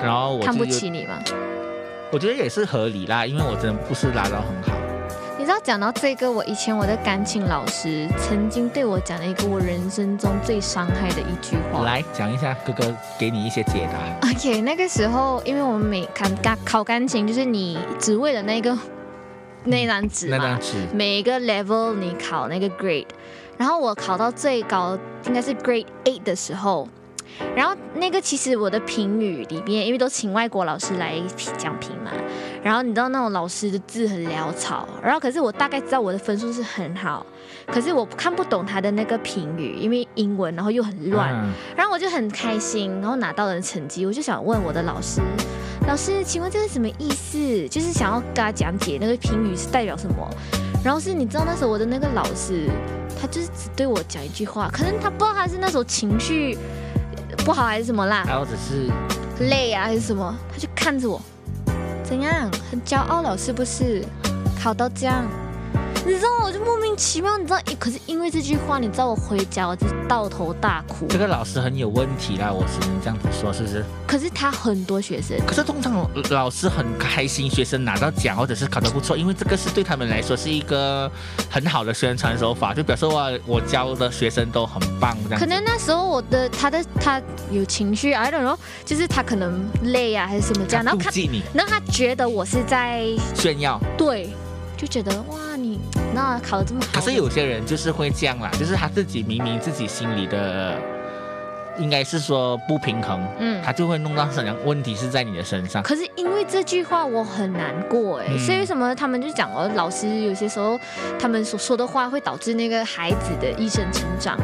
A: 然后我
B: 看不
A: 就有
B: 起你嘛。
A: 我觉得也是合理啦，因为我真的不是拉到很好。
B: 你知道讲到这个，我以前我的钢琴老师曾经对我讲了一个我人生中最伤害的一句话。
A: 来讲一下，哥哥给你一些解答。
B: OK，那个时候因为我们每考钢考钢琴，就是你只为了那个那张纸
A: 嗯那
B: 嘛
A: 张，纸，
B: 每一个 level 你考那个 grade，然后我考到最高应该是 grade eight 的时候，然后那个其实我的评语里面，因为都请外国老师来讲评嘛，然后你知道那种老师的字很潦草，然后可是我大概知道我的分数是很好，可是我看不懂他的那个评语，因为英文然后又很乱，
A: 嗯
B: 然后我就很开心，然后拿到了成绩，我就想问我的老师，老师，请问这是什么意思？就是想要跟他讲解那个评语是代表什么。然后是你知道那时候我的那个老师，他就是只对我讲一句话，可能他不知道他是那时候情绪呃不好还是什么啦，
A: 然后只是
B: 累啊还是什么，他就看着我，怎样，很骄傲了是不是？考到这样，你知道我就莫名其妙，你知道，可是因为这句话，你知道我回家我就抱头大哭。
A: 这个老师很有问题啦，我只能这样子说，是不是？
B: 可是他很多学生，
A: 可是通常呃老师很开心，学生拿到奖或者是考得不错，因为这个是对他们来说是一个很好的宣传手法，就表示哇，我教的学生都很棒这样
B: 可
A: 子。
B: 能那时候我的他的他有情绪，I don't know，就是他可能累啊还是什么这样，然后
A: 妒
B: 看，
A: 忌你
B: 然后他觉得我是在
A: 炫耀，
B: 对，就觉得哇你那考得这么好，
A: 可是有些人就是会这样啦，就是他自己明明自己心里的，应该是说不平衡，
B: 嗯。
A: 他就会弄到什么问题是在你的身上。
B: 可是因为这句话我很难过哎、
A: 嗯
B: 所以为什么他们就讲哦，老师有些时候他们所说的话会导致那个孩子的一生成长，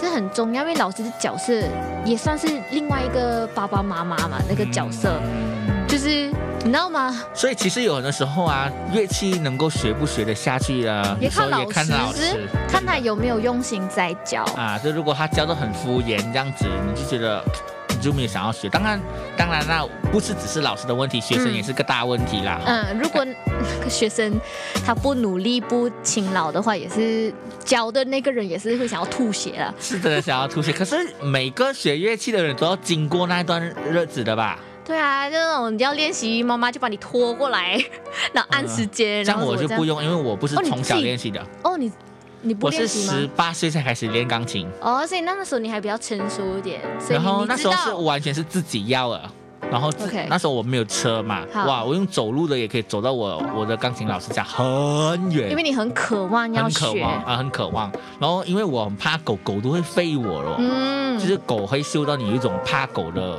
B: 这很重要，因为老师的角色也算是另外一个爸爸妈妈嘛那个角色，
A: 嗯
B: 就是你知道吗？
A: 所以其实有很多时候啊，乐器能够学不学得下去啊，
B: 也
A: 有时候
B: 看老
A: 也看
B: 师
A: 老
B: 是
A: 师，
B: 看他有没有用心在教。
A: 啊，就如果他教的很敷衍这样子，你就觉得你就就没有想要学。当然，当然啦，不是只是老师的问题，学生也是个大问题啦。哈
B: 嗯，如果 <laughs> 学生他不努力、不勤劳的话，也是教的那个人也是会想要吐血了。
A: 是真的想要吐血，可是每个学乐器的人都要经过那段日子的吧？
B: 对啊，就那种你要练习，妈妈就把你拖过来， <laughs> 然后按时间，
A: 像
B: 然后
A: 呃我
B: 怎么
A: 就
B: 这样
A: 不用，因为我不是
B: 哦你
A: 从小
B: 自己
A: 练习的，
B: 哦，你你不
A: 我是
B: 练习
A: 十
B: 吗？
A: 八岁才开始练钢琴，
B: 哦，所以那个时候你还比较成熟一点，所以
A: 然
B: 你
A: 后
B: 你
A: 那
B: 知
A: 时候是
B: 道
A: 完全是自己要的。然后自
B: OK
A: 那时候我没有车嘛，
B: 好
A: 哇，我用走路的也可以走到我我的钢琴老师家很远，
B: 因为你很渴望要
A: 很渴
B: 学，
A: 望啊，很渴望。然后因为我很怕狗，狗都会吠我了，
B: 嗯，
A: 就是狗会嗅到你有一种怕狗的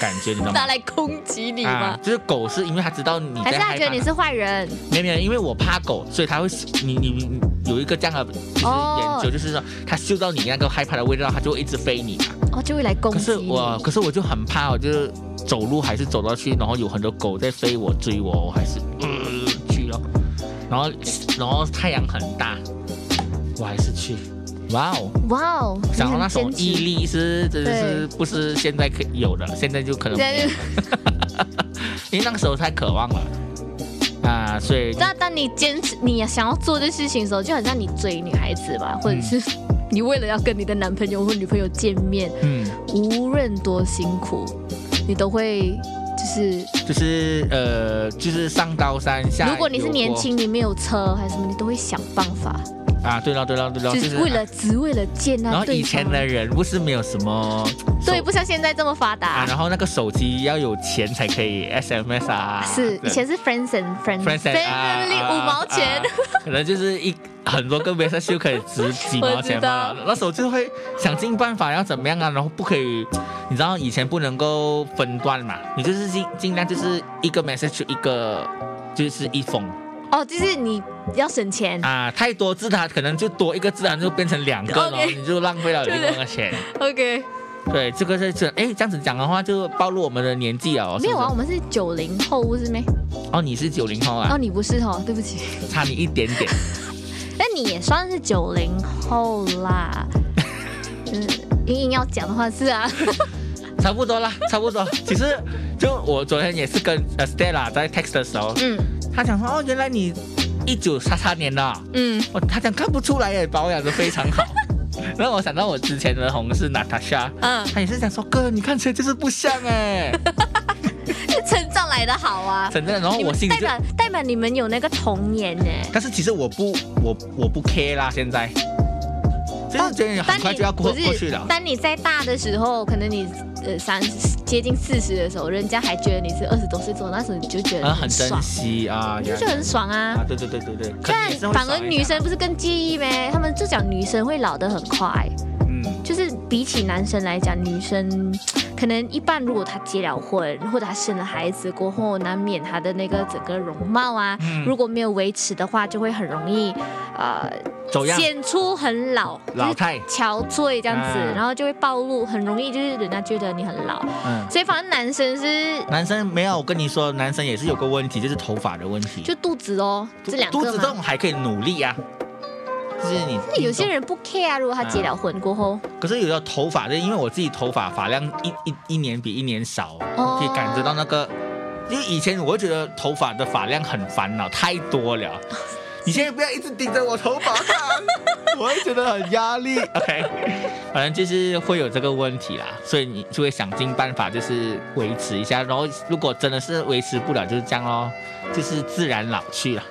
A: 感觉，
B: <laughs>
A: 你知道
B: 拿
A: 吗？
B: 来攻击你
A: 啊
B: 吗？，
A: 就是狗是因为它知道你
B: 还是
A: 在
B: 他
A: 害
B: 觉得
A: 怕
B: 你，是坏人？
A: 没有没有，因为我怕狗，所以它会你你你有一个这样的就是
B: 哦
A: 研究，就是说它嗅到你那个害怕的味道，它就会一直飞你。
B: 哦，就会来攻
A: 可
B: 击
A: 是
B: 你。
A: 我，可是我就很怕，我就是走路还是走到去，然后呃有很多狗在飞我追我，我还是呃去了。然后然后太阳很大，我还是去。哇哦！
B: 哇哦，你
A: 想到
B: 很
A: 那种
B: 坚持
A: 毅力是，真的是不是现在可以有的，现在就可能没有
B: 对，
A: 因为那个时候太渴望了啊，所以
B: 那当你坚持你想要做这事情的时候，就很像你追女孩子吧，或者是 <laughs> 你为了要跟你的男朋友或女朋友见面，
A: 嗯，
B: 无论多辛苦，你都会就是，
A: 就是呃，就是上刀山下油锅。
B: 如果你是年轻，你没有车还是什么，你都会想办法，
A: 啊，对了对了对了，
B: 就
A: 就是
B: 是为了只为了见
A: 然
B: 到
A: 后以
B: 对
A: 前
B: 方。
A: 的人不是没有什么手
B: 对，不像现在这么发
A: 啊，
B: 达。
A: 然后那个手机要有钱才可以 SMS 啊，
B: 是以前是 friends and friends
A: friends and- 啊
B: family
A: 啊
B: 五毛钱
A: 啊，可能就是一很多个 message 就可以值几毛钱嘛
B: 我知。
A: 那时候就会想尽办法要怎么样啊，然后不可以，你知道以前不能够分段嘛，你就是尽尽量就是一个 message 一个。就是一封
B: 哦，就是你要省钱。
A: 啊，太多字它可能就多一个字，它就变成两个了
B: OK
A: 你就浪费了
B: 对
A: 另
B: 的
A: 外一个钱。
B: OK，
A: 对，这个是这哎，这样子讲的话就暴露我们的年纪了哦。
B: 没有啊，
A: 是
B: 我
A: 不
B: 们是九零后，不是没？
A: 是哦，你是九零后
B: 哦，
A: 啊，
B: 你不是哦，对不起。
A: 差你一点点。
B: 但你也算是九零后啦。嗯，硬硬要讲的话是啊，
A: 差不多啦，差不多。其实就我昨天也是跟呃 Stella 在 text 的时候，
B: 嗯
A: 她讲说哦，原来你一九三三年的啊，
B: 嗯，
A: 我她讲看不出来耶，保养的非
B: <laughs>
A: 常好。然后我想到我之前的同事 Natasha，
B: 嗯，
A: 她也是讲说哥，你看起来就是不像哎，
B: <laughs> 成长来的好啊。
A: 真的。然后
B: 你
A: 我
B: 们
A: 心里
B: 代
A: 就，
B: 表代表你们有那个童年呢、
A: 但是其实我不我我不 care 啦，现在，就是觉得很快就要过
B: 不是
A: 过去了。
B: 当你在大的时候，可能你呃三十接近四十的时候，人家还觉得你是二十多岁左右，那时候你就觉
A: 然
B: 得
A: 后啊很珍
B: 爽，
A: 惜啊，
B: 就
A: 呀
B: 是很爽啊
A: 啊，。对对对对对，可能
B: 但
A: 也是会
B: 反而
A: 爽一啊
B: 女
A: 下
B: 生，不是更介意咩？他们就讲女生会老得很快。
A: 嗯，
B: 就是比起男生来讲，女生可能一般，如果她结了婚或者她生了孩子过后，难免她的那个整个容貌啊，
A: 嗯
B: 如果没有维持的话，就会很容易呃
A: 走样
B: 显出很老，
A: 老
B: 就是
A: 太，
B: 憔悴这样子，
A: 啊
B: 然后就会暴露，很容易就是人家觉得你很老，
A: 嗯。
B: 所以反正男生是
A: 男生没有，我跟你说，男生也是有个问题，就是头发的问题。
B: 就肚子哦，这两
A: 肚
B: 个
A: 子这
B: 嘛。
A: 种还可以努力啊，就是你
B: 那有些人不 care，啊如果他结了婚过后，
A: 可是有的头发，就因为我自己头发发量一一一年比一年少，
B: 哦
A: 可以感觉到那个，因为以前我会觉得头发的发量很烦恼，太多了。你现在不要一直盯着我头发看，我会觉得很压力。OK，反正就是会有这个问题啦，所以你就会想尽办法就是维持一下，然后如果真的是维持不了，就是这样咯，就是自然老去了。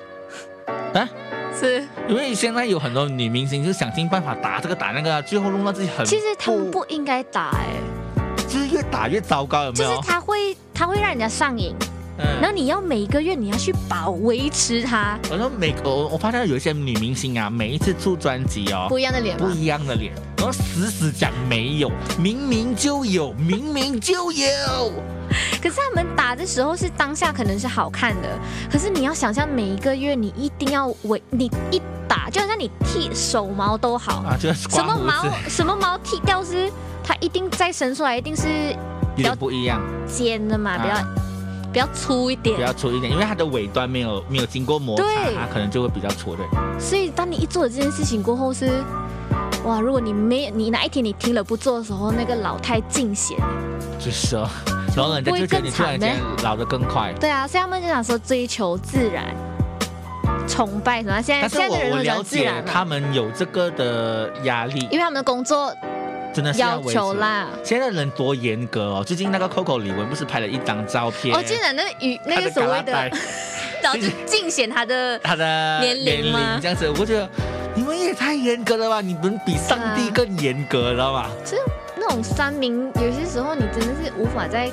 B: 是
A: 因为现在有很多女明星就想尽办法打这个打那个啊，最后弄到自己很
B: 其实他
A: 嗯
B: 们不应该打哎、
A: 就是越打越糟糕，有没
B: 就
A: 有？
B: 是他会他会让人家上瘾。
A: 嗯
B: 然后你要每一个月你要去保维持它
A: 我说每我我发现有一些女明星啊，每一次出专辑哦，
B: 不一样的脸
A: 不
B: 嘛。
A: 一样的脸，然后死死讲没有，明明就有，明明就有，
B: 可是他们打的时候是当下可能是好看的，可是你要想象每一个月你一定要维你一打，就好像你剃手毛都好，
A: 啊，就是
B: 什
A: 刮
B: 么
A: 胡
B: 毛
A: 子，
B: 什么毛剃掉是它一定再生出来一定是
A: 有点不一样，
B: 尖的嘛，比较、
A: 啊
B: 比较粗一
A: 比
B: 点。
A: 较粗一点，因为它的尾端没有没有经过摩擦，
B: 对
A: 它可能就会比较粗的。
B: 所以当你一做了这件事情过后是，哇，如果你没你哪一天你停了不做的时候，那个老太尽显。
A: 就是哦，然后人家就觉得你突然间老得更快。
B: 对啊，所以他们就想说追求自然，崇拜什么。现在
A: 但是
B: 现在
A: 我
B: 的人
A: 我
B: 都啊
A: 了
B: 讲自
A: 解
B: 然
A: 他
B: 了，
A: 们有这个的压力，
B: 因为他们的工作
A: 真的是
B: 要
A: 维
B: 求
A: 持。
B: 啦。
A: 现在人多严格哦！最近那个 Coco 李玟不是拍了一张照
B: 嗯
A: 片，
B: 哦，竟然那个语那
A: 她
B: 个
A: 的
B: 所谓
A: 嘎啦
B: 的，
A: 带
B: 然后就尽显他的
A: 她的
B: 年龄
A: 年
B: 吗
A: 龄这样子，我觉得你们也太严格了吧！你们比上帝
B: 啊
A: 更严格，知道吗？
B: 嗯那种三明，有些时候你真的是无法再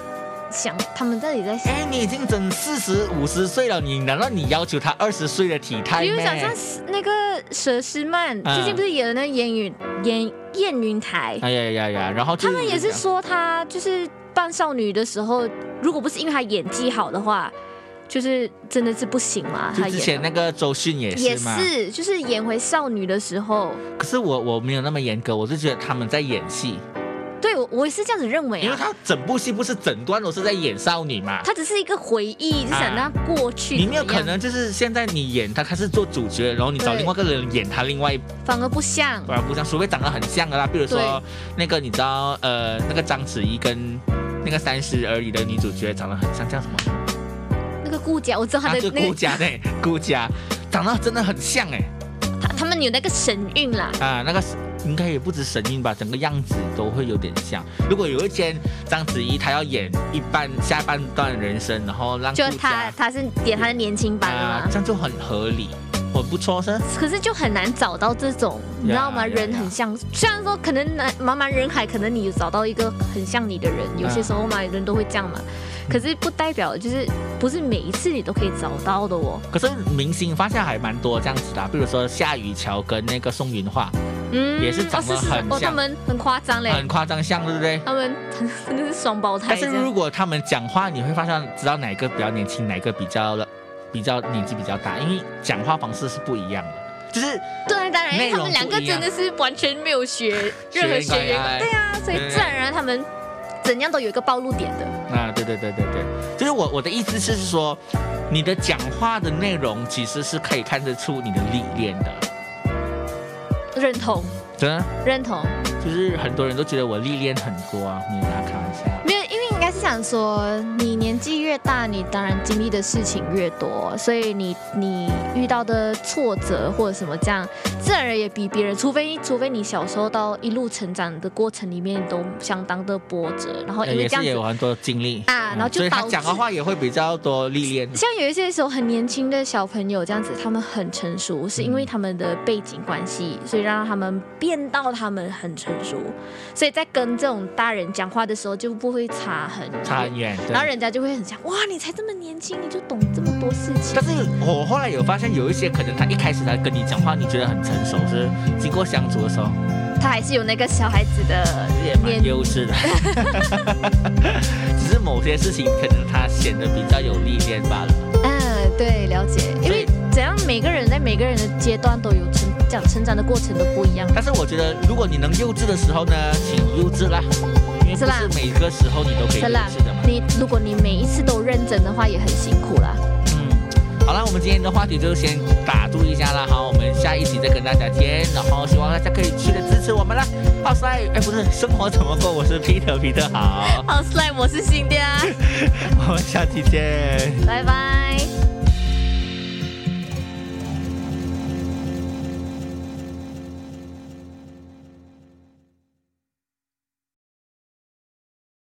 B: 想他们到底在想。
A: 哎，你已经整四十五十岁了，你难道你要求他二十岁的体态
B: 比如
A: 咩
B: 哎想像是那个佘诗曼，
A: 啊
B: 最近不是演了那燕云燕燕云台，
A: 哎呀呀呀！然后就
B: 哦他们也是说她就是扮少女的时候，如果不是因为她演技好的话，就是真的是不行嘛。
A: 就
B: 她
A: 之前
B: 演
A: 那个周迅也
B: 也
A: 是嘛。
B: 是，就是演回少女的时候，
A: 可是我我没有那么严格，我是觉得他们在演戏，
B: 对我我也是这样子认为
A: 因为
B: 啊。
A: 他整部戏不是整段都是在演少女嘛。
B: 她只是一个回忆，就想让她过去
A: 里
B: 怎么
A: 面啊有
B: 样，
A: 可能就是现在你演他，他是做主角，然后你找
B: 对
A: 另外一个人演他另外一
B: 反而不像。
A: 半不像，除非长得很像的啦。比如说
B: 对
A: 那个你知道呃那个章子怡跟那个三十而已的女主角长得很像，叫什么？
B: 那个顾佳，我知道她
A: 啊，
B: 的
A: 就
B: 那
A: 顾
B: 个， <laughs>
A: 佳对，顾佳长得真的很像哎、
B: 她他们有那个神韵啦。
A: 啊，那个是应该也不止神韵吧，整个样子都会有点像。如果有一天章子怡她要演一半下半段人生，然后让
B: 就
A: 顾
B: 她
A: 佳
B: 她是演她的年轻版的
A: 啊
B: 嘛，，
A: 这样就很合理，很不错是。
B: 可是就很难找到这种，你知道吗？
A: 呀呀
B: 人
A: 呀
B: 很像，虽然说可能南茫茫人海，可能你找到一个很像你的人，
A: 嗯
B: 有些时候嘛，人都会这样嘛。可是不代表就是不是每一次你都可以找到的哦。
A: 可是明星发现还蛮多这样子的啊、比如说夏雨乔跟那个宋云桦，
B: 嗯
A: 也是长得
B: 哦是是
A: 很
B: 哦，他
A: 像
B: 们很夸张嘞
A: 很，夸张像，对不对？
B: 他们真的是双胞胎
A: 但是
B: 这
A: 如
B: 样。
A: 果他们讲话，你会发现知道哪个比较年轻，哪个比较比较年纪比较大，因为讲话方式是不一样的，就是
B: 对，当然，因为哎他们两个
A: 内
B: 真
A: 容不一
B: 的是完全没有学任何学
A: 学员
B: 员
A: 关系
B: 对啊，所以
A: 对
B: 自然而然他们怎样都有一个暴露点的。
A: 啊，对对对对对，就是我我的意思是说，你的讲话的内容其实是可以看得出你的历练的，
B: 认同，
A: 真的，
B: 认同。
A: 就是很多人都觉得我历练很多啊，没有拿开玩笑。
B: 没有，因为应该是想说，你年纪越大，你当然经历的事情越多，所以你你遇到的挫折或者什么这样，自然而然也比别人，除非除非你小时候到一路成长的过程里面都相当的波折，然后哦因为
A: 哎也
B: 这
A: 是
B: 样
A: 有
B: 子。
A: 很多经历
B: 啊然后就
A: 所以他
B: 导致
A: 讲的话也会比较多历练。
B: 像有一些时候很年轻的小朋友这样子，他们很成熟，是因为
A: 嗯
B: 他们的背景关系，所以让他们变到他们很成熟，所以在跟这种大人讲话的时候就不会差很远
A: 差很远，对
B: 然后人家就会很想，哇，你才这么年轻，你就懂这么多事情
A: 但。是我后来有发现，有一些可能他一开始他跟你讲话，你觉得很成熟，是经过相处的时候
B: 他还是有那个小孩子的
A: 也蛮
B: 年，
A: 优势的， <laughs> 只是某些事情可能他显得比较有历练罢了。
B: 嗯，对，了解。因为怎样，每个人在每个人的阶段都有成长，成长的过程都不一样。
A: 但是我觉得，如果你能幼稚的时候呢，请幼稚啦，因为不
B: 是啦
A: 是每个时候你都可以幼
B: 是啦
A: 稚的嘛。
B: 你如果你每一次都认真的话，也很辛苦啦。
A: 嗯，好啦，我们今天的话题就先打住一下啦，好，我们下一集再跟大家见，然后希望大家可以去的支持我们啦。奥赛，哎，不是，生活怎么过？我是 Peter，Peter 好，
B: 好，slime，我是新的啊，
A: 我们下期见。
B: <laughs> 拜拜。